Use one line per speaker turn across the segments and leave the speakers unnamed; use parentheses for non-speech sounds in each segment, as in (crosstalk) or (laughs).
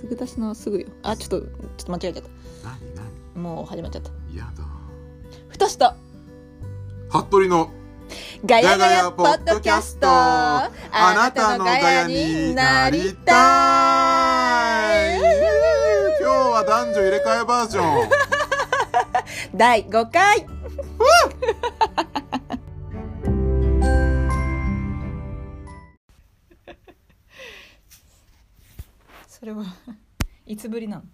ふぐだしのすぐよあちょっとちょっと間違えちゃっ
何何
たもう始まっちゃった
やだ
ふとしと
服部の
ガヤガヤポッドキャストあ
あ
な
な
た
た
の
の
ガ
ガ
ヤ
ヤ
に
に
な
な
り
り
た
た
い
い今日は男女入れ替えバージョン
(laughs) 第5回それはいつぶりなの
い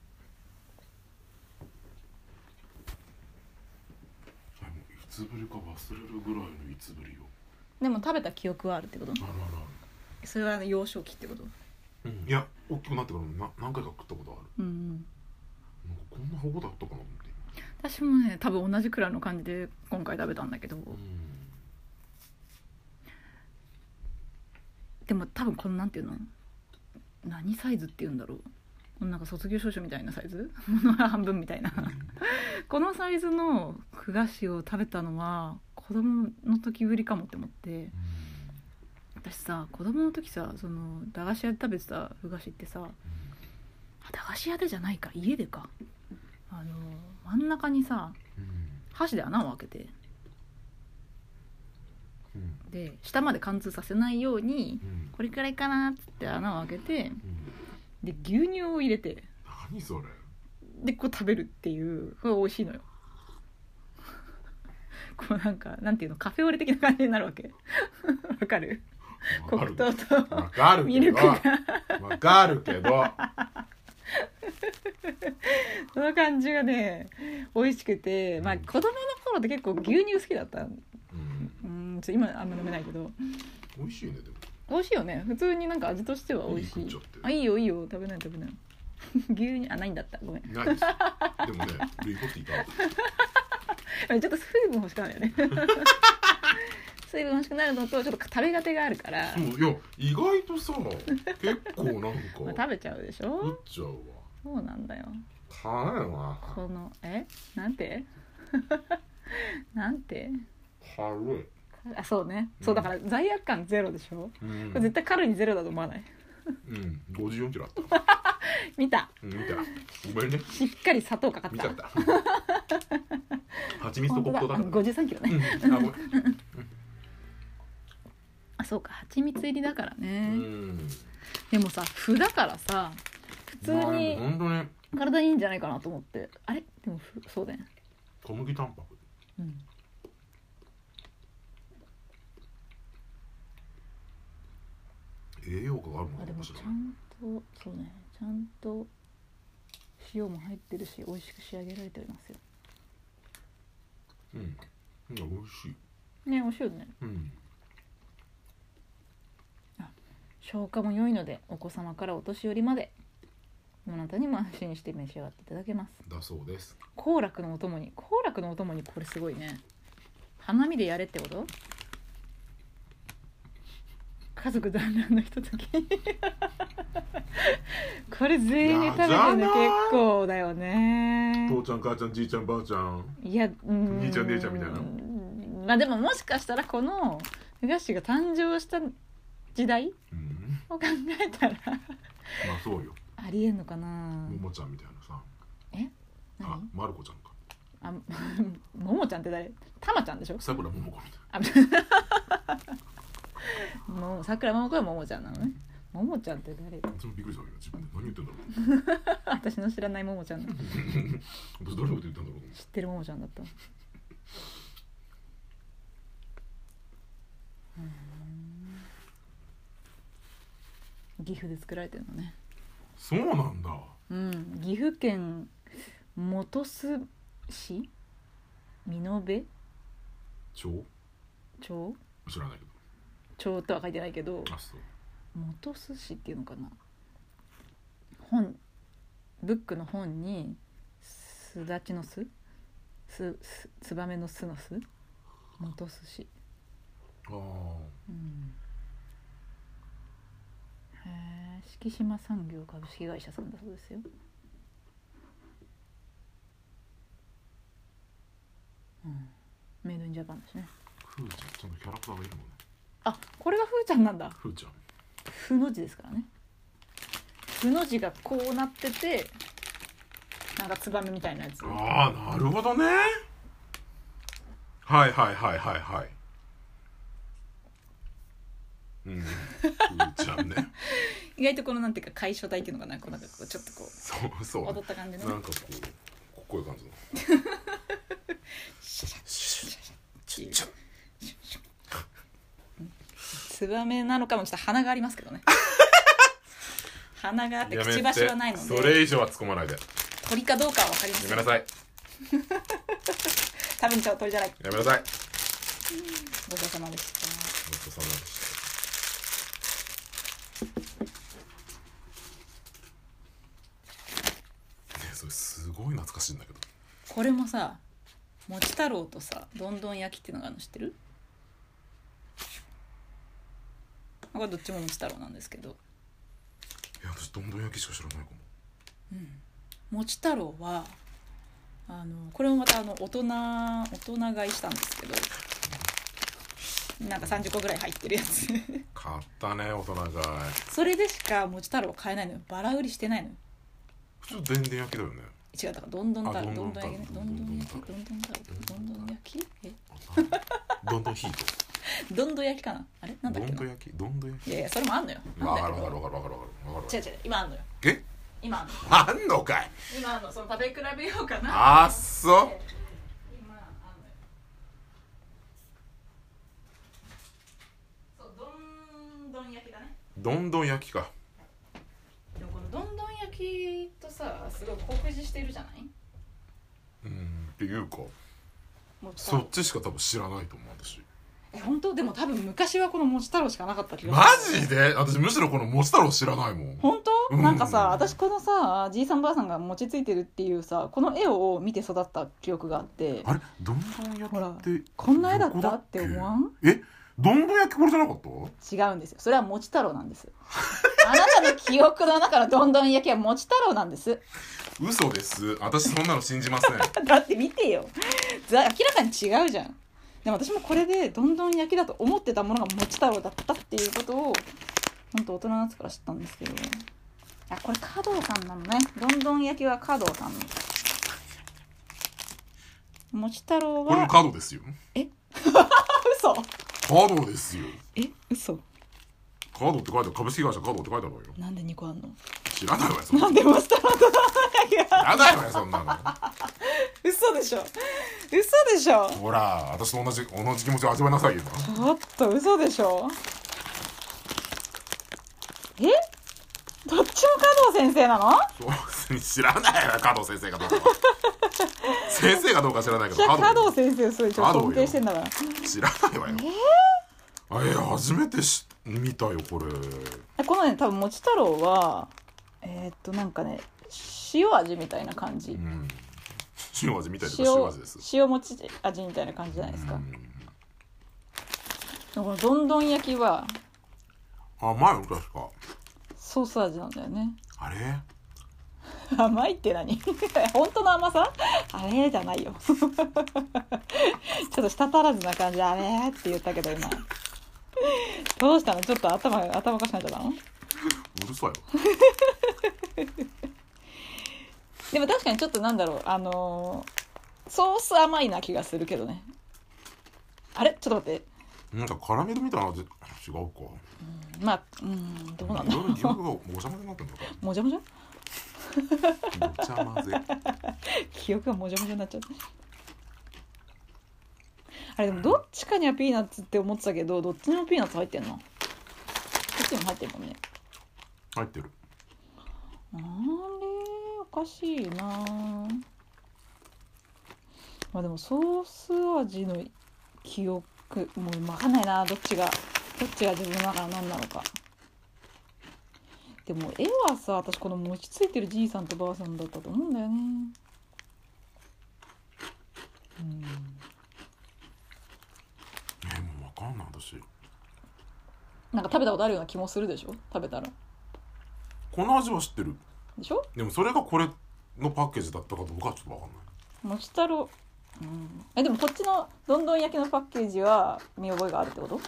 つぶりか忘れるぐらいのいつぶりよ
でも食べた記憶はあるってこと
あら
それはあの幼少期ってこと
いや大きくなってからもな何回か食ったことある
うん、うん、
なんかこんなほぼだったかなと思って
私もね多分同じくらいの感じで今回食べたんだけどでも多分このなんていうの何サイズって言うんだろうこのなんか卒業証書みたいなサイズものが半分みたいなこのサイズのふ菓子を食べたのは子供の時ぶりかもって思って私さ子供の時さその駄菓子屋で食べてたふ菓子ってさあ駄菓子屋でじゃないか家でかあの真ん中にさ箸で穴を開けてで下まで貫通させないようにこれくらいかなっつって穴を開けてで牛乳を入れて
何それ
でこう食べるっていうこれ美味しいのよ (laughs) こうなんかなんていうのカフェオレ的な感じになるわけ (laughs) わかる
わ
黒
かる
糖と
わかる
ミ
け
ル
ど
クが
わかるけど
その感じがね美味しくてまあ子供の頃って結構牛乳好きだった
うん
うんちょ今あんま飲めないけど
美味しいねでも
美味しいよね普通になんか味としては美味しい
いい食っちゃって
あいいよいいよ食べない食べない (laughs) 牛乳あないんだったごめん
ないですでもねルイボスティーだ
ちょっと水分欲しくなるよ (laughs) ね水分欲しくなるのとちょっと食べがてがあるから、
そういや意外とさ結構なんか
まあ、食べちゃうでしょ、
食っちゃうわ
そうなんだよ
辛いな
このえなんて (laughs) なんて
軽い
あそうね
うん
そうだから罪悪感ゼロでしょ、
う
これ絶
ん、
対カロリーゼロだと思わない
うん、54キロあった
見た
うん見たごめんね
しっかり砂糖かかった
見ち
(laughs)
ゃった蜂蜜と
本当だ
黒糖だった
5 3キロね、
うんあごめん
あそうか蜂蜜入りだから
う
ね、
ん
でもさ麩だからさ普通
まあで
に
も本当ね
体にいいんじゃないかなと思ってあれでも麩そうだよね
小麦タンパク
うん
栄養価があるの
あ
か
で
も
も
し
ち
れ
ゃ
ない
んとそうねちゃんと塩も入ってるし美味しく仕上げられておりますよ
うんうん美味しい
ねお塩ね
うん
消化も良いのでお子様からお年寄りまでどなたにも安心して召し上がっていただけます
だそうです
行楽のお供に行楽のお供にこれすごいね花見でやれってこと家族団らんのひとと (laughs) きこれ全員で食べてるの
い
結
やじゃない
構だよね
父ちゃん母ちゃんじいちゃんばあちゃん
いやうーん
兄ちゃん姉ちゃんみたいな
まあでももしかしたらこのふ菓子が誕生した時代
うん
を考えた
(laughs)
ら
まあそうよ
ありえんのかな
ももちゃんみたいなさあ
何
まる子ちゃんか
あ (laughs) ももちゃんって誰たまちゃんでしょ
さくらももこみたい
あもうさくらももこはももちゃんなのねももちゃんって誰
なそれびっくりした今自分で何言ってんだろ
私の知らないももちゃんの
う (laughs) 私どれのこと言ったんだろうと思って
知ってるももちゃんだったうーん岐阜で作られてるのね
そうなんだ
うん岐阜県本栖市美濃部
超
町
知らないけ
町とは書いてないけど
どあそう
元寿司っていうのかな本ブックの本にすだちの巣すすツバメの巣の巣元寿司
ああ
うんへえ敷島産業株式会社さんだそうですようんメイドインジャパンですね
ふーちゃんちゃんとキャラクターがいるもんね
あこれがふーちゃんなんだ
ふーちゃん
ふの字ですからねくの字がこうなっててなんかツバメみたいなやつ
ああなるほどねはいはいはいはいはいうんうーちゃんね
意外とこのなんていうか解消体っていうのかなこうなんか (laughs) こうちょっとこ
そうそうう
踊った感じの
なん
ね
かこうここういう感じの
シャシャ
シュ
シャ
ッ
シャ
シュッシュッ
ツバメなのかもちょっと鼻がありますけど
(laughs)
ね鼻があって
や
く
め
ち
て
ばしはないの
そ
で
れ以上は突っ込まないでや
鳥かどうかは分かりません
めなさい
多分ちゃう鳥じゃない
やめなさい
ごちそうさまでした
ごちそうさまでしたねそれすごい懐かしいんだけど
これもさ「もち太郎」とさ「どんどん焼き」っていうのがあるの知ってるこれどっちももち太郎なんですけど
いや私どんどん焼きしか知らないかも
もち太郎はあのこれもまたあの大人大人買いしたんですけどなんか30個ぐらい入ってるやつ
買ったね大人買い
それでしかもち太郎は買えないのよバラ売りしてないのよ
普通でんでん焼きだよね
違うだからどんどん太郎ど
あど
ん
ん
ど
ど
ん
ん
焼きねどん
太郎
どん焼きどんどん太郎どん
どん
ど
ど
ん
ん
焼きえ
どんどんヒー
どんどん焼きかなあれなん
ト
だっ
ど
けな
んどん
い
焼きどんどん焼き
やいやそれもあんのよ
わ
あ
か
ん
る
だけど
わかるわかるわかるわかるわか
違う
る
違う今あんのよ
え
今あんの
あんのかい
今あのその食べ比べようかな
あっそ
今あのそうどんどん焼きだね
どんどん焼きか
でもこのどんどん焼きとさすごい酷似してるじゃない
うんっていうか
もうち
そっちしか多分知らないと思う私
え本当でも多分昔はこのもち太郎しかなかった気が
マ
する
ジで私むしろこのもち太郎知らないもん
本当、
うん
なんかさ私このさじいさんばあさんが餅ついてるっていうさこの絵を見て育った記憶があって
あれどんどん
ほら
焼きって
こんな絵だった
どこけ
って思わん
えどんどん焼きこれじゃなかった
違うんですよそれはもち太郎なんですあなたの記憶の中のどんどん焼きはもち太郎なんです
嘘です私そんなの信じま
(laughs)
せん
だって見てよざ明らかに違うじゃんでも私もこれでどんどん焼きだと思ってたものがもち太郎だったっていうことを本当大人のやつから知ったんですけどあこれ加藤さんなのねどんどん焼きは加藤さんのもち太郎
これも
は
角ですよ
嘘
角ですよ
え嘘
角って書いてある株式会社角って書いてあるわよ
なんで2個あんの
知らないわよそんな
な
の
んでもち太郎とどんどん焼き
知
が
らないわよそんな
(laughs) 嘘でしょ嘘でしょ
のほら私と同じ同じ気持ちを味わいなさいよ
ちょっと嘘でしょえどっちも加藤先生なの
そう知らないわよ加藤先生かどうかは先生かどうか知らないけ
じ
ど
ゃあ加
よ
藤先生それちょっと尊敬してんだから
知らないわよあいや初めてし見たよこれ
このね多分もち太郎はえーっとなんかね塩味みたいな感じ
うん塩味みたいとか
塩
塩味です
塩もち味みたいな感じじゃないですか、
うん
でもこのどんどん焼きは
甘いの確か
ソース味なんだよね
あれ
甘いって何 (laughs) 本当の甘さあれじゃないよ (laughs) ちょっと舌足らずな感じであれって言ったけど今どうしたのちょっと頭頭おかしくなっちゃったの
うるさいわ
でも確かにちょっとなんだろうあのーソース甘いな気がするけどねあれちょっと待って
なんかカラメルみたいな味違うか
まあうんどうなん
い
だ
ろいろ疑惑がごちゃ混ぜになってんだか
もじゃもじゃ
らごちゃ混ぜ
記憶がもじゃもじゃになっちゃったあれでもどっちかにはピーナッツって思ってたけどどっちにもピーナッツ入ってんのどっちにも入ってるもんね
入ってる
あれおかしいなあまあでもソース味の記憶もうわかんないなどっちがどっちが自分の中の何なのかでも絵はさ私この餅ついてるじいさんとばあさんだったと思うんだよね
えもう分かんない私
なんか食べたことあるような気もするでしょ食べたら
この味は知ってる
でしょ
でもそれがこれのパッケージだったかどうかはちょっと分かんない
餅太郎うんえでもこっちのどんどん焼きのパッケージは見覚えがあるってこと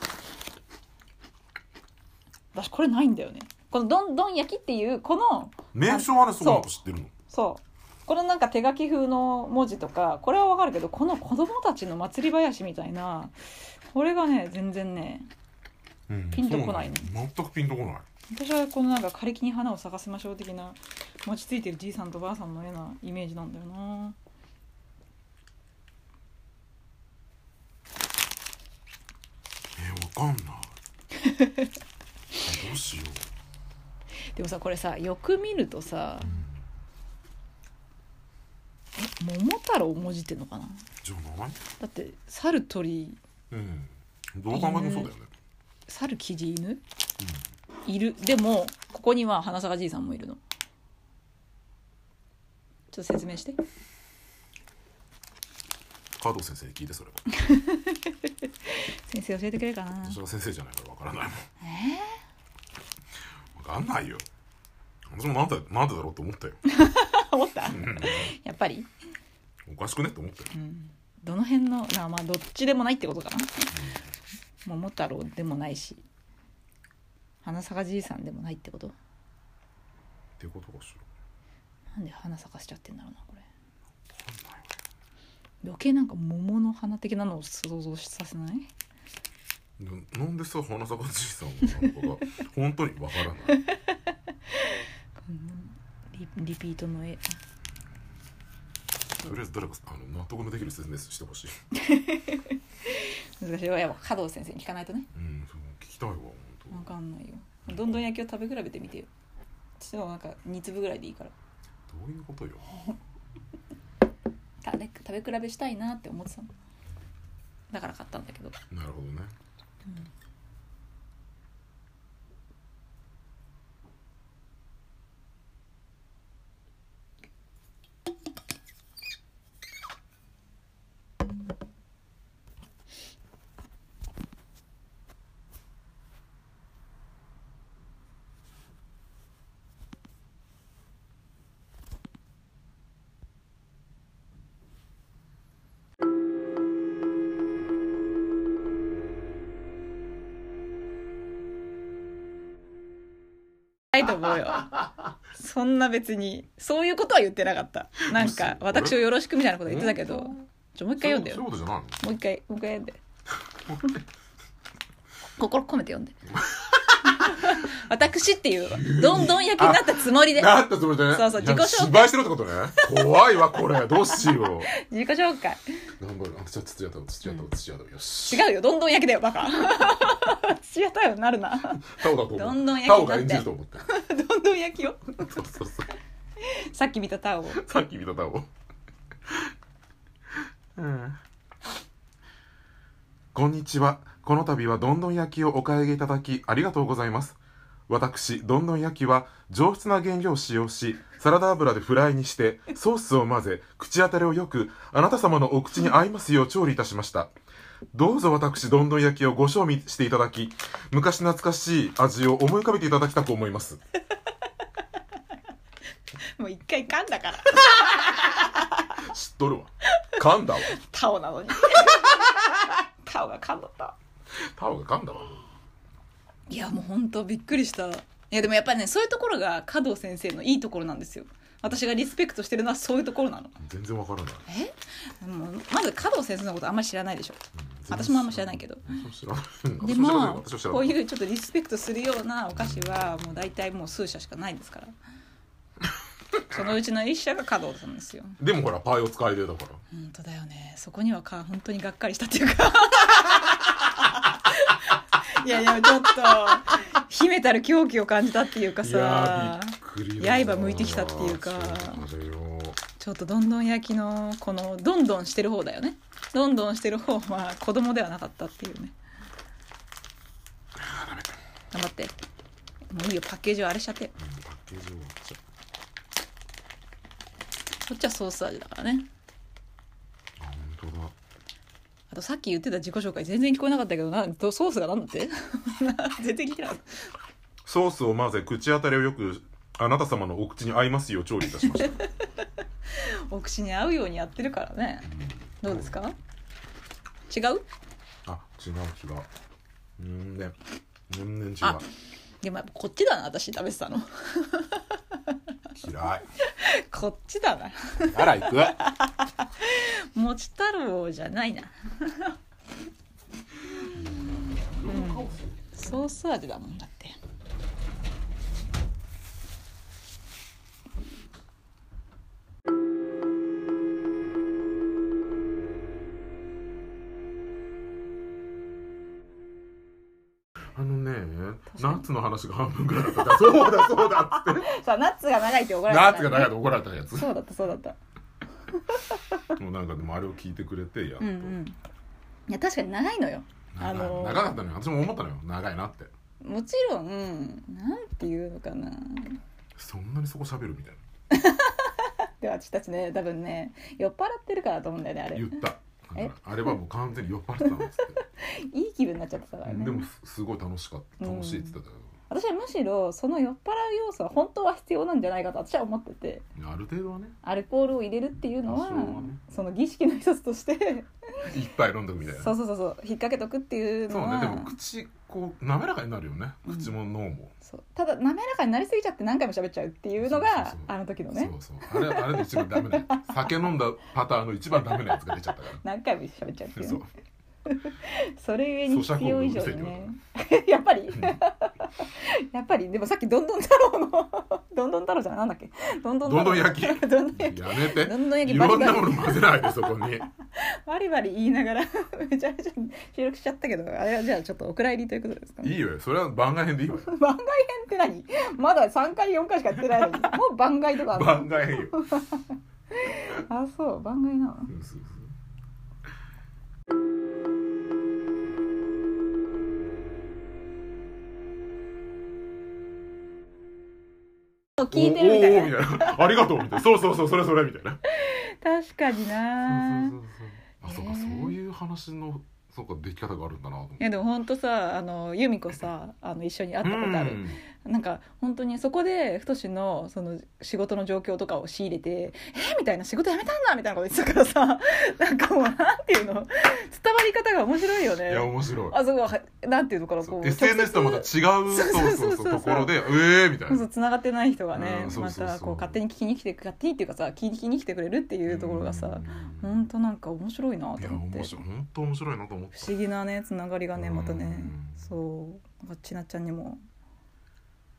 私これないんだよねこのどんどん焼きっていうこの
名称はねそこなんか知ってるの
そうこのなんか手書き風の文字とかこれはわかるけどこの子供たちの祭り林みたいなこれがね全然ね
うん
ピンとこないね
そうの全くピンとこない
私はこのなんか枯れ木に花を咲かせましょう的な餅ついてるじいさんとばあさんのようなイメージなんだよな
えわかんない (laughs) どうしよ
でもさこれさよく見るとさ
う、うん
「桃太郎」を文字ってんのかな
じゃあ名前
だって猿鳥
うんどう考えてもそうだよね
猿キジ犬、いるでもここには花咲かじいさんもいるのちょっと説明して
加藤先生に聞いてそれは
先生教えてくれるかな
私が先生じゃないからわからないも
え
んわかんないよ私もなんでなんでだろうって思ったよ
ー、 (laughs) 思ったやっぱり、
おかしくねって思ったよ
うん、どの辺のまあまあどっちでもないってことかな桃太郎でもないし花咲かじいさんでもないってこと
っていうことかしら
なんで花咲かしちゃってんだろうなこれ
わかんない
余計なんか桃の花的なのを想像させない
ななんでさ花坂じいさんなのかが本当にわからない
リリピートの絵
とりあえず誰かあの納得のできる説明してほしい、
難しいわやば加藤先生に聞かないとね
うん、そう聞きたいわ本当
わかんないよどんどん焼きを食べ比べてみてよちょっとなんか2粒ぐらいでいいから
どういうことよ
食べ食べ比べしたいなって思ってたのだから買ったんだけど
なるほどね
ないと思うよ (laughs) そんな別にそういうことは言ってなかったなんか
嘘
私をよろしくみたいなこと言ってたけど
本
ちょもう一回読んでよ
そういうことじゃないの
もう一回もう一回読んで心込めて読んで私っていうどんどん焼きになったつもりで
なったつもりでね
そうそう
いや
自己紹介
芝居してるってことね怖いわこれどうしよ
自己紹介
うなんだろうあじゃあ土屋太郎土屋太郎土屋太郎よし
違うよどんどん焼きだよバカ (laughs) 土屋太陽になるな
タオだと思う
どんどん焼きになって
タオが演じると思っ
(laughs)
た
どんどん焼きよ
そうそうそう
さっき見たタオ
さっき見たタオうんこんにちはこの度はどんどん焼きをお買い上げいただきありがとうございます私どんどん焼きは上質な原料を使用しサラダ油でフライにしてソースを混ぜ口当たりをよくあなた様のお口に合いますよう調理いたしましたどうぞ私どんどん焼きをご賞味していただき昔懐かしい味を思い浮かべていただきたく思います
もう一回噛んだから
知っとるわ噛んだわ
タオなのに (laughs) タオが噛んだった
タオが噛んだわ
いやもう本当びっくりしたいやでもやっぱりねそういうところが加藤先生のいいところなんですよ私がリスペクトしてるのはそういうところなの
全然わからない、
えもうまず加藤先生のことあんまり知らないでしょ
うん
私もあんま知らないけど
私も知らない
で
私も知らない
ま
私も知
あ
ら
こ
な
う
い
いうちょっとリスペクトするようなお菓子はもう大体もう数社しかないですからそのうちの一社が加藤さんですよ
でもほらパイを使いでだから
本当だよねそこにはか本当にがっかりしたっていうか (laughs) いやいやちょっと秘めたる狂気を感じたっていうか
い
さ
やーびっくりだな
刃向いてきたっていうか
そうだよ
ちょっとどんどん焼きのこのどんどんしてる方だよねどんどんしてる方は子供ではなかったっていうね
あーダメだ
頑張ってもういいよパッケージはあれしちゃって
うんパッケージ終わっちゃ
こっちはソース味だからね
うあ本当だ
あとさっき言ってた自己紹介全然聞こえなかったけどなどソースがなんだって (laughs) 全然聞いてなかった
ソースを混ぜ口当たりをよくあなた様のお口に合いますよう調理いたしました
お口に合うようにやってるからねどうですか違う (laughs)
あ違う違ううーんね全然違う
あでもやっぱこっちだな私食べてたの
嫌い
(laughs) こっちだな
なら行
(laughs)
く
もち太郎じゃないなソース味だもんだって
あのね
確かに
夏の話が半分ぐらいだったからそうだそうだっつって
さあナッツが長いって怒られた
夏が長いと怒られたやつ (laughs)
そうだったそうだった
もうなんかでもあれを聞いてくれてやっと、
うんうんいや確かに長いのよ
長い
あのー
長かったのよ私も思ったのよ長いなって
もちろんなんていうのかな
そんなにそこ喋るみたい
で私たちね多分ね酔っ払ってるからだと思うんだよねあ
な
れ
言ったあ
え
のあれはもう完全に酔っ払ってたんですって
(laughs) いい気分になっちゃってたからね
でもすすごい楽しかった楽しいって言ってたよ、
私はむしろその酔っ払う要素は本当は必要なんじゃないかと私は思ってて
ある程度はね
アルコールを入れるっていうのは
多少はね
その儀式の一つとして
一杯飲んどくみたいな
そうそうそうそう引っ掛けとくっていう
そ
の
うね
は
でも口こう滑らかになるよね
うん
口も脳も、
そうただ滑らかになりすぎちゃって何回も喋っちゃうっていうの
そうそう
が
そう
あの時のね
そうそうあれあれで一番ダメなや
(laughs)
つ酒飲んだパターンの一番ダメなやつが出ちゃったから
何回も喋っちゃう (laughs) っていう
そ
ね
う
それ上に必要以上にね (laughs) やっぱりやっぱりでもさっきどんどん太郎の (laughs) どんどん太郎じゃないなんだっけどんどん太郎
どんどん焼き
(laughs) どんどん
や
焼き
め
(laughs)
て
どんどん焼
い
きバ
ろ
リ
ん
バ
な
リ
もの混ぜないでそこに
バリバリ言いながらめちゃめちゃ収録しちゃったけどあれはじゃあちょっとお蔵入りということですかね
いいよそれは番外編でいいわよ
(laughs) 番外編って何まだ3回4回しかやってないのに (laughs) もう番外とかある (laughs)
番外編よ
のあそう番外なの
うんそうそう
聞いてるみた
おーお
い
ーみ
な
たいなありがとうみたいなそうそうそうそれそれ
(laughs)
みたいな
確かにな
そうそうそうそうあそうか
へー
そういう話のそうか出来方があるんだなと思って
いやでも本当さあの由美子さあの一緒に会ったことある、
うん
なんか本当にそこで太志のその仕事の状況とかを仕入れて「えみたいな仕事辞めたんだみたいなこと言ってたからさ (laughs) なんかもうなんていうの伝わり方が面白いよ
いや
ね
面白い
あそこはなんていうのかなこ
そうう SNS とはまた違うそう
そ
そう
そう
う
そ
そうう
そう
ところでええーみたい
そう
な
つながってない人がね
うんそう
ま
そうそう
たこう勝手に聞きに来て勝手にっていうかさ聞きに来てくれるっていうところがさ
う
本当なんか面白いな
当い
と
や
思って
面
不
白い本当面白いなと思って
思議なねつながりがねまた
う
ね
ん
そうなんかちなちゃんにも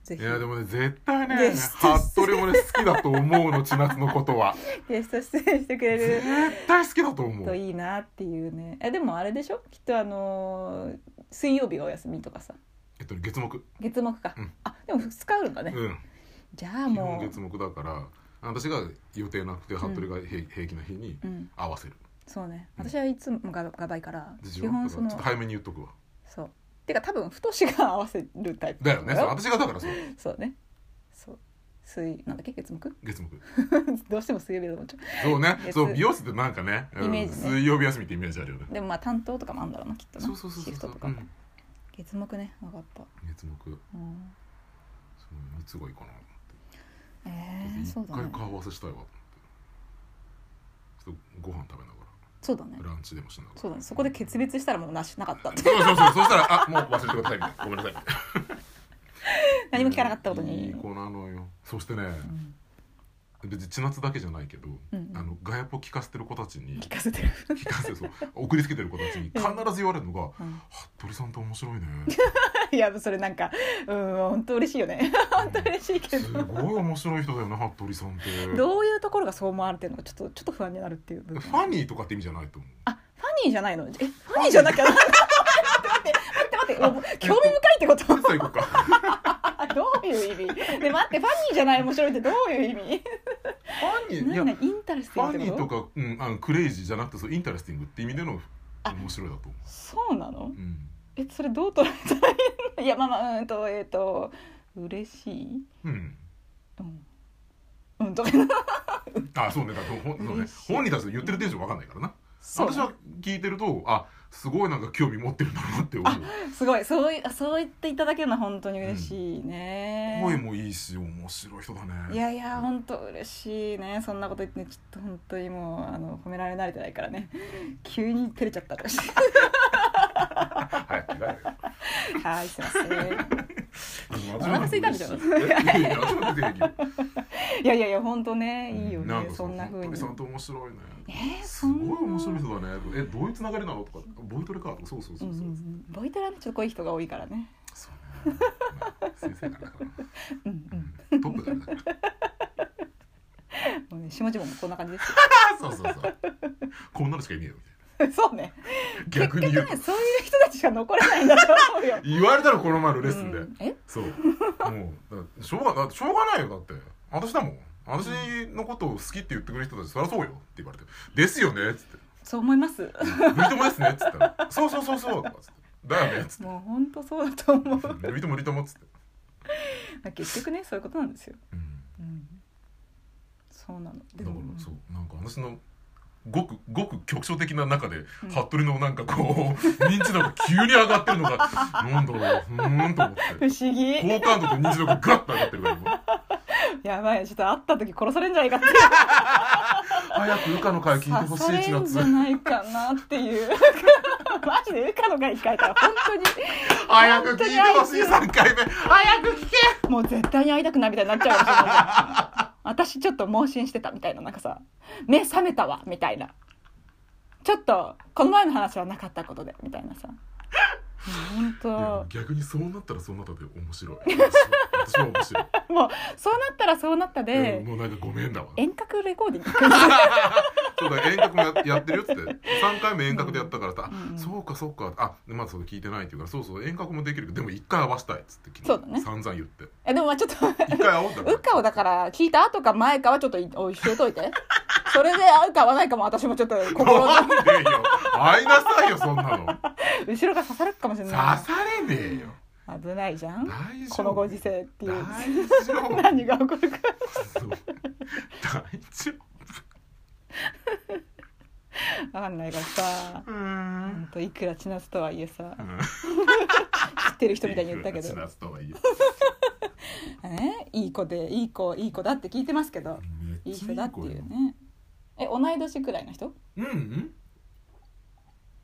ぜひ
いやでもね絶対ね
ゲスト
服部もね好きだと思うの千夏のことは
ゲスト出演してくれ
(laughs)
る
絶対好きだと思
と
う
いいなっていうねえでもあれでしょきっとあのー水曜日がお休みとかさ
えっと月木
月木か、
うん
あでも2日あるんだね、
うん
じゃあ
基本
も
月木だから私が予定なくて服部が平平気な日に
ううん
合わせる
そうね
うん
私はいつもががばいから
自
基
分
本
だ
そ
から
の
ちょっと早めに言っとくわ
そうてか多分太しが合わせるタイプ
だよねそう私がだからそう
そうねそう水なんだっけ月木
月木
(laughs) どうしても水曜日だと思っちゃ
そうね
月
そう美容室ってなんかねうん
イメージね
水曜日休みってイメージあるよね
うでもまあ担当とかもあるんだろうなきっとな
そうそうそう
シフ
そ
ト
う
とか、
うん
月木ね分かった、
月木
うん、
そういつがいいかな
え
だって
ー、
一
そうだね
回顔合わせしたいわと思ってちょっとご飯食べなが
そうだね
らランチでもしながら
そうだねそこで決別したらもうなしなかった
そうそうそうそしたらあもう忘れてくださいみたいなごめんなさい
(laughs) 何も聞かなかったことに
いい子なのよそしてね
うん
別に千夏だけじゃないけど、
うんうん
あのガヤポ聞かせてる子たちに
聞かせてる、
聞かせてそう送りつけてる子たちに必ず言われるのが「服部さんって面白いね
いやそれなんかうん本当嬉しいよね本当嬉しいけ
す
ど
ごい面白い人だよね服部さんって」
どういうところがそう思われてるのかちょっとちょっと不安になるっていう部分
ファニーとかって意味じゃないと思う
あファニーじゃないのえファニーじゃなきゃ待って待って待って待ってもう興味深いってこと
さあ行こ
(laughs)
うか
あどういう意味で待ってファニーじゃない面白いってどういう意味
ファニーいや
何何インタレス
フ
ティングっ
ァ
て
ニ
こ
ー
と
か、うん、あのクレイジーじゃなくてそうインタレスティングって意味での
あ
面白いだと思
そうなの
う、うん
えそれどう捉えたらいいのいやまあまあうんとえっ、と嬉しい
うん、
うんうんとか
あそうねだからほんそうね
嬉しい
本人たちの言ってるテンションわかんないからな
そう
私は聞いてるとあすごいなんか興味持ってるんだろうなって思う
すごいそういそう言っていただけるのは本当に嬉しいね、
声もいいし面白い人だね
いやいや本当嬉しいねそんなこと言ってねちょっと本当にもうあの褒められ慣れてないからね (laughs) 急に照れ (laughs) ちゃったらしい
はい
はいすいません
お
腹空いたんじゃない
いやいや私も出てるよ
いやいやいや本当ねいいよ
な
ね
んか
そんな風に
さんと面白いね
えー
す
そん
ご
ない
面白い人だねえどういうつながりなのとかボイトレかとかそうそう
う
そ
ん
う
うんう
そうん
ボイトラねちょっと濃い人が多いからね
そうねまあ先生だから
うん
うんトップだから
うんもうね下地もこんな感じで
あ (laughs) そうそうそうこんなのしかいねえよみたいな
す (laughs) そうね結
逆
局
に
ね
言うと
そういう人たちしか残れないんだと思うよ
言われたらこの前のレッスンで、
うんえ
そうもうだってしょうがだってしょうがないよだって私だもん私のことを好きって言ってくれる人たちそりゃそうよって言われて「ですよね」っつって
そう思います
「類友ですね」っつったら「そうそうそうそう」とかっつって「だよね」っつって
もう本当そうだと思う
「類友類友」っつって、
結局ねそういうことなんですよ
うん、
うんそうなの
だ
で
か
も
らそうなんか私のごくごく局所的な中で、
うん
服部のなんかこう認知度が急に上がってるのがなんだろううーんと思って
不思 (laughs) 議
好感度と認知度がガッと上がってるから今
やばいちょっと会った時殺されんじゃないかって
(laughs) 早く羽化の会聞いてほ
刺
し
さ
い
れ
千
んじ
夏
ゃないかなっていうマジでウカの会控えたら本当に
(laughs) 早く聞いてほしい3回目早く聞け
もう絶対に会いたくないみたいになっちゃうかもしれない私ちょっと妄信してたみたいななんかさ目覚めたわみたいなちょっとこの前の話はなかったことでみたいなさ本
いや
当
逆にそうなったらそうなったで面白
(laughs)
い私は私は面白い、
もうそうなったらそうなったで、
うんもうなんかごめんだわ
遠隔レコーディング
そうだ遠隔もややってるよっつって3回
(laughs)
目遠隔でやったからさ、
うん
あそうかそうかあまだそれ聞いてないって言うからそうそう遠隔もできるけどでも1回合わせたいっつって
そうだね
散々言って
(laughs) えでもまあちょっと
1回合わせた
ウカをだから聞いた後か前かはちょっといおい教えといてそれで合うか合わないかも私もちょっと心
(laughs)
の
なんでよ会いなさいよそんなの
後ろが刺さるかもしれ
刺
な
されねえよ
い危ないじゃん
大丈夫
このご時世っていう
大丈夫
何が起こるか
そう大丈夫
分かんないからさ
うー
ほ
ん
んといくら千夏とはいえさ
うん
知ってる人みたいに言ったけど
いくら散らすとはいえ
ねいい子でいい子いい子だって聞いてますけどいい
めっちゃ
人
い
だ
い
ってい
子よ
うねえ同い年くらいの人
うんうん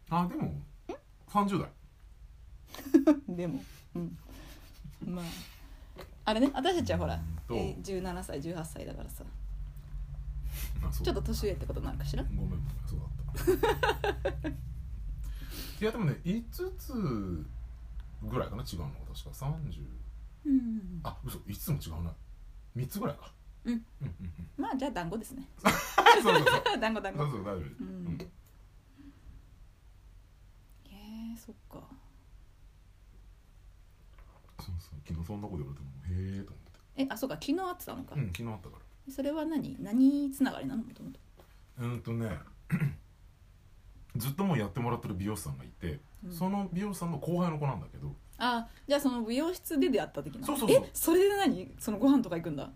あでも30代
でもうんまああれね私たちはほら
どう
えー17歳18歳だからさ
あそう
ちょっと年上ってことなのかしら
ごめんごめんそうだったいやでもね5つぐらいかな違うのが確か30
うん
あ嘘5つも違うな3つぐらいか
うん
うんうんうん
まあじゃあ団子ですね (laughs)
そうそうそうそう
団子団子
そう大丈夫
うんへえそっか
そうそう昨日そんなこと言われてもへえと思って
えあそうか昨日会ってたのか、
うん昨日あったか
それは何何つながりなのもともと
らうんとね (clears throat) ずっともうやってもらってる美容師さんがいて、
うん
その美容師さんの後輩の子なんだけど
あじゃあその美容室で出会った時な
そうそうそう
えそれで何そのご飯とか行くんだ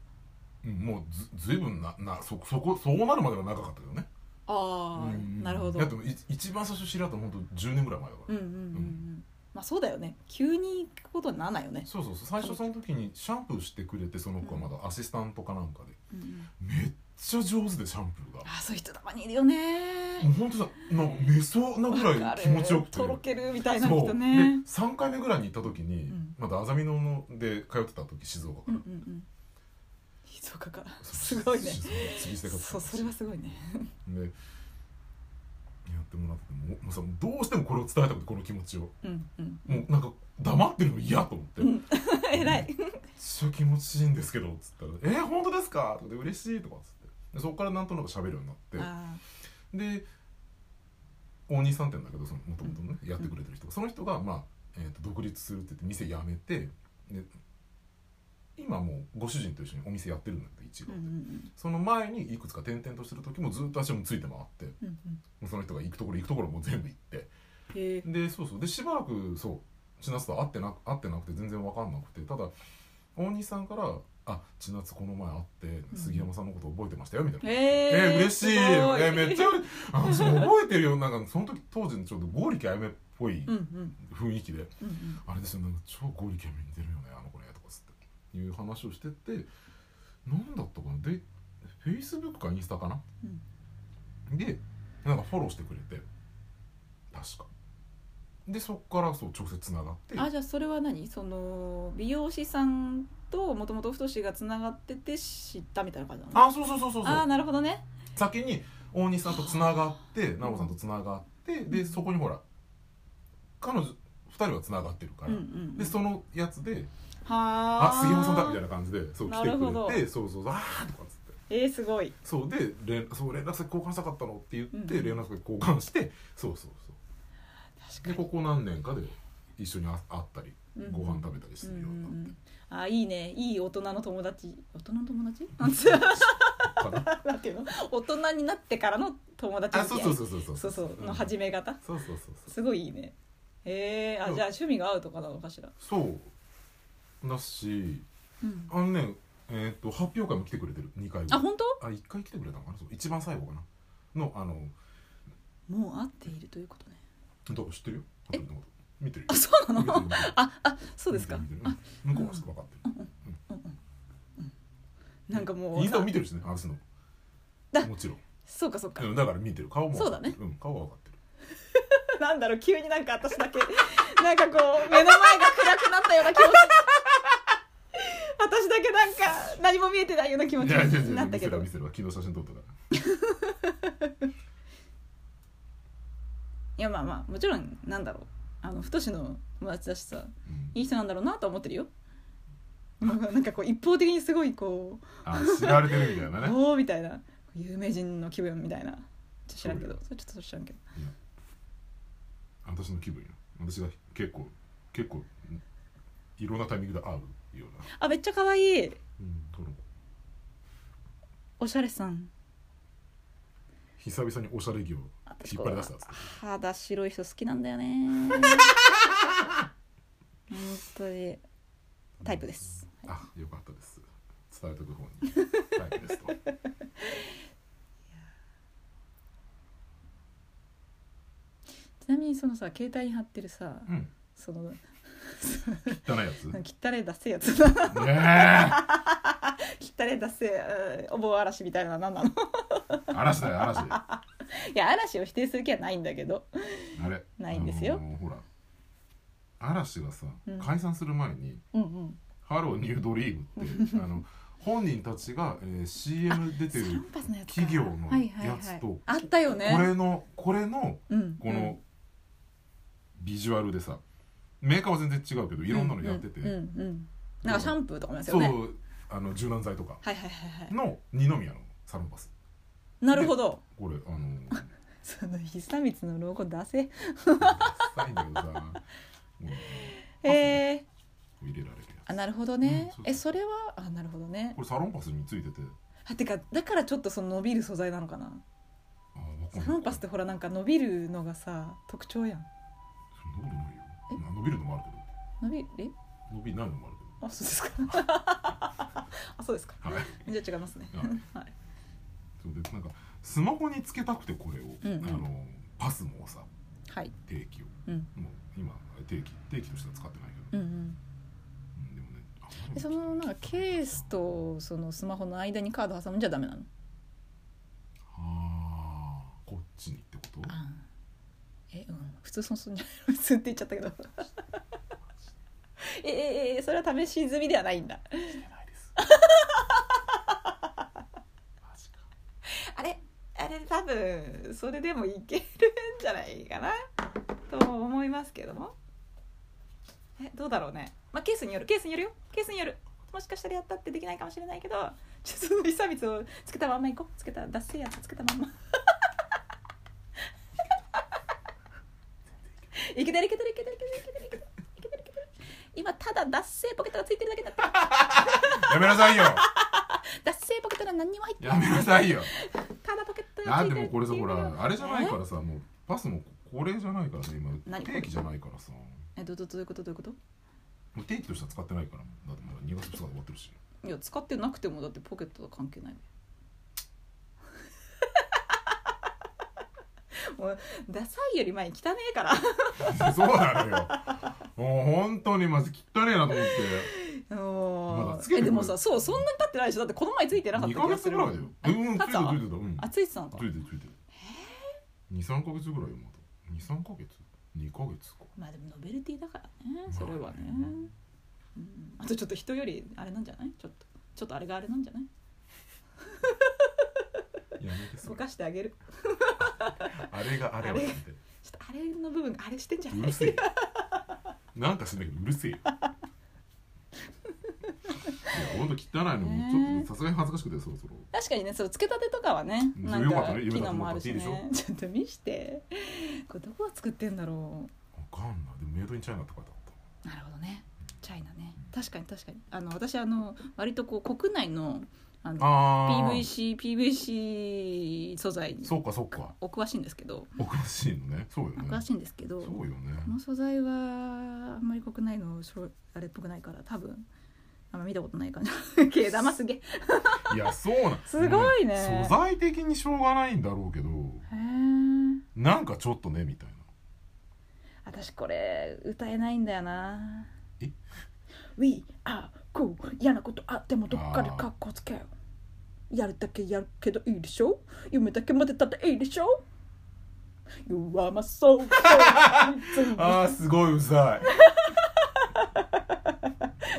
うんもうずずいぶんななそそこそうなるまでは長かったけどね
ああ、
うん
なるほどう
だっ
ん
て
うん
い一番最初知り合ったの本当10年ぐらい前だか
う
ら、
んうんまあそうだよね急に行くことにならないよね、
そうそうそう最初その時にシャンプーしてくれてその子はまだアシスタントかなんかで
うんうん、
めっちゃ上手でシャンプーが
あそういう人たまにいるよね
もう本当さなんか寝そうなぐらい気持ちよくて
とろけるみたいな
そう
人ね
で3回目ぐらいに行った時に、
ん
まだあざみ野ので通ってた時静岡か
う
ら、
んうんうん静岡からすごいね
静岡次生活
そうそれはすごいね
でやってもらってももうさどうしてもこれを伝えたくてこの気持ちを
うんうん
もうなんか黙ってるの嫌と思って「
う
めっ
ん偉い
ちゃ気持ちいいんですけど」っつったら「えー、本当ですか?」とかで「嬉しい」とかっつってでそこからなんとなく喋るようになって
あ
で大兄さんって言うんだけどそのもともとね、やってくれてる人がその人が、まあえー、と独立するって言って店辞めてで今もうご主人と一緒にお店やってるんだけど一
ー
応、
うんうん
その前にいくつか転々としてる時もずっと足もついて回っても
うんうんうん
うその人が行くところ行くところもう全部行って
へえ
でそうそうでしばらくそう千夏と会ってなく会ってなくて全然分かんなくてただ大西さんから「あ千夏この前会って
ん
杉山さんのこと覚えてましたよ」みたいな。
え
え
ー
ー、嬉しい
すご
えー、めっちゃ嬉しいあ私も覚えてるよなんかその時当時のちょっと剛力あやめっぽい
うんうん
雰囲気で、
うんうん
あれですよなんか超剛力あやめに似てるよねあの子ねとかつっていう話をしてて何だったかなでフェイスブックかインスタかな
うん
でなんかフォローしてくれて確かでそこからそう直接つながって
あじゃあそれは何その美容師さんともともと太しがつながってて知ったみたいな感じなの
あそうそうそうそうそ
あー
う
なるほどね
先に大西さんとつながって直子さんとつながってでそこにほら彼女2人はつながってるか
うん
ら、
うんうん
でそのやつで「
は
あ杉山さんだ」みたい
な
な感じでそう来
な
て
る
く
ほど
れてそうそうそう「ああ」とかっつって
えー、すごい
そうで連そう連絡先交換したかったのって言って、
うんうん
連絡先交換してそうそうそう
確
でここ何年かで一緒にあ会ったり
うん
ご飯食べたりするようになって、
あーいいねいい大人の友達大人の友達なんつう (laughs)
かな
なんていうの大人になってからの友達
あ
付
そう
き
そ
合
う
い
そうそうそう
そうそうの
初
始め方
そうそうそうそう
すごいいいねえー、あ
うん
じゃあ趣味が合うとかなのかしら
そうだし
うん
あのねえっと発表会も来てくれてる2回
あ本
あ一回来てくれたのかなそう一番最後かなのあの
当もう合っているということね
どう知ってるよ
え
発表のこと見てるよ
あそうな
見てる
の
見てる
ああそうですか
見てる見て
あ
るうん向こうはちょっと分かってる
なんかもう
インスタ
さ
を見てるしねあすの
だ
もちろん
そうかそうか
うんだから見てる顔も
そうだね
ん顔は分かってる
なんだろう急になんか私だけなんかこう目の前が暗くなったような
(laughs)
気持ち私だけなんか何も見えてないような気持ち
いやいやい
に
や
なったけど
見せるわ見せるわ昨日写真撮ったから
いやまあまあもちろんなんだろうあの太の友達だしさ
うん
いい人なんだろうなとは思ってるよ (laughs) なんかなんかこう一方的にすごいこ
あ知られてるみたいな
う
ね
おおみたいな有名人の気分みたいなちょっと知らんけど
そ
それちょっと知らんけど
私の気分や私が結構結構うんいろんなタイミングで会うような
あめっちゃ可愛い
うんこの
おしゃれさん
久々におしゃれ着を
私
引っ
こ
張り
う
出したんです
肌白い人好きなんだよね本当にタイプです
あよかったです伝えとく方にタイプですと
ちなみにそのさ携帯に貼ってるさ
うん
そ (laughs) の
汚いやつね
汚れ出せやつな
え
汚れ出せうんお盆嵐みたいなのは何なの
嵐だよ嵐あ
いや嵐を否定する気はないんだけど
れ
ないんですよ
あのーほら嵐がさ
うん
解散する前に
うんうん
「ハローニュードリーム」っ
(laughs)
てあの本人たちが、えー、CM 出
ス
て
ラン
る
パスのやつか
企業の
はいはいはい
やつと
あったよね
これのこれの
うん、
このビジュアルでさメーカーは全然違うけど
うん
いろんなのやってて、
うんうんうんなんかシャンプーとかもです
そ
よ
う
ね
あの柔軟剤とか
はいはいはいは
の二宮のサロンパス
いなるほど
これあ
(laughs)
のー
その久光のロゴ出せ
ダサいんだけどさも
へえ
う入れられるや
あなるほどね、
うんそうそう
えそれはあなるほどね
つこれサロンパスについてて
あてかだからちょっとその伸びる素材なのかな
あわかんない
サロンパスってほらなんか伸びるのがさ特徴やん
そんなことないよまあ伸びるのもあるけ
伸びえ
ど伸びないのもある
あそう
(laughs)
ですかあそうですか
けどはい
じゃあ違いますね
はい
はい
そうでなんかスマホにつけたくてこれを、
うんうん
あのパスもさ
はい
定期を
うん
もう今定期定期としては使ってないけ
う
ど、
んうん
うんでもねあんまり
えそのなんかケースとそのスマホの間にカード挟むんじゃダメなの
あーこっちにってこと
あえうん普通そうすんじゃない普通って言っちゃったけど (laughs) ええええそれは試し済みではないんだ
してないですマジか
あれあれ多分それでもいけるんじゃないかなと思いますけどもえどうだろうねまあケースによるケースによるよケースによるもしかしたらやったってできないかもしれないけどちょっと久々をつけたまんまいこうつけた脱線やつつけたまんまいけてるいけてるいけてるいけてるいけてるいけてるいけてるいけてる今ただ脱線ポケットがついてるだけだった
やめなさいよ
脱線ポケットが何にも入って
や
ない
めなさいよ
ただポケット
だ
がつ
っ
いて
て
る
もうこれさ
ってい
ほ
うの
ら
が
あれじゃない
え
からさもうパスもこれじゃないからね今
何これ
定期じゃないからさ
えどどどういうことどういうこと
もう定期としては使ってないからだってまだ2月2日で終わってるし
いや使ってなくてもだってポケットは関
(laughs)
係ないもうダサいより前に汚ねえから
(laughs) そうなのよもう本当にまず汚ねえなと思ってま
も
だつ
う
け
え
てくる
でもさそうそんなに経ってないでしょだってこの前ついてなかった
2ヶ月ぐらいだよ
え
うんつ
経っ
いてるついて
た
るついてるうん
あついてたのか
ついてるついてる23ヶ月ぐらいよまだ23ヶ月2ヶ月か
まあでもノベルティだからねそれはね、うん、あとちょっと人よりあれなんじゃないちょっとちょっとあれがあれなんじゃない
やめてそ
溶
れ
かしてあげる
あれがあれは
あれ
やめて
ちょっとあれの部分あれしてんじゃ
う
ない
るせえなんかしないけどうるせえよいやほんと汚いのもうちょっとさすがに恥ずかしくてそろそろ
確かにねそのつけたてとかはね
うん
なん
よかっ
か
たね
機能もあるし
よか
ねちょっと見してこれどこが作ってんだろ
わかんないでもメイドインチャイナって書いてあっ
うなるほどねチャイナね確かに確かにあの私あの割とこう国内のあ
た
の
ああ
PVC PVC 素材に
そうかそうか
お詳しいんですけど
おかしいのねそうよ
お
ね
詳しいんですけど
そうよね
この素材はあんまり国内のしょあれっぽくないから多分あんま見たことない感 (laughs) じけだますげへ
いやそうなん
すごいね
でも素材的にしょうがないんだろうけど
え
なんかちょっとねみたいな
私これ歌えないんだよな
え
We are cool 嫌なことあってもどっかでカッコつけよやるだけやるけどいいでしょ夢だけまでたっていいでしょ You are my (laughs) soul
あーすごいうざい、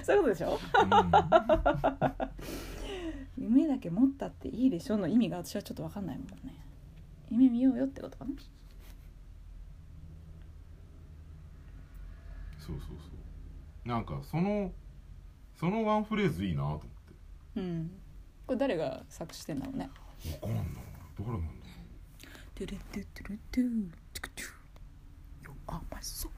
そういうことでしょ夢だけ持ったっていいでしょの意味が私はちょっと分かんないもんね夢見ようよってことかな
そうそうそうなんかそのそのワンフレーズいいなと思っ
うんこれ誰が作詞してんだろうね
てわかんない誰なんだろ
トゥルトゥトゥルトゥチクチュ You are my soul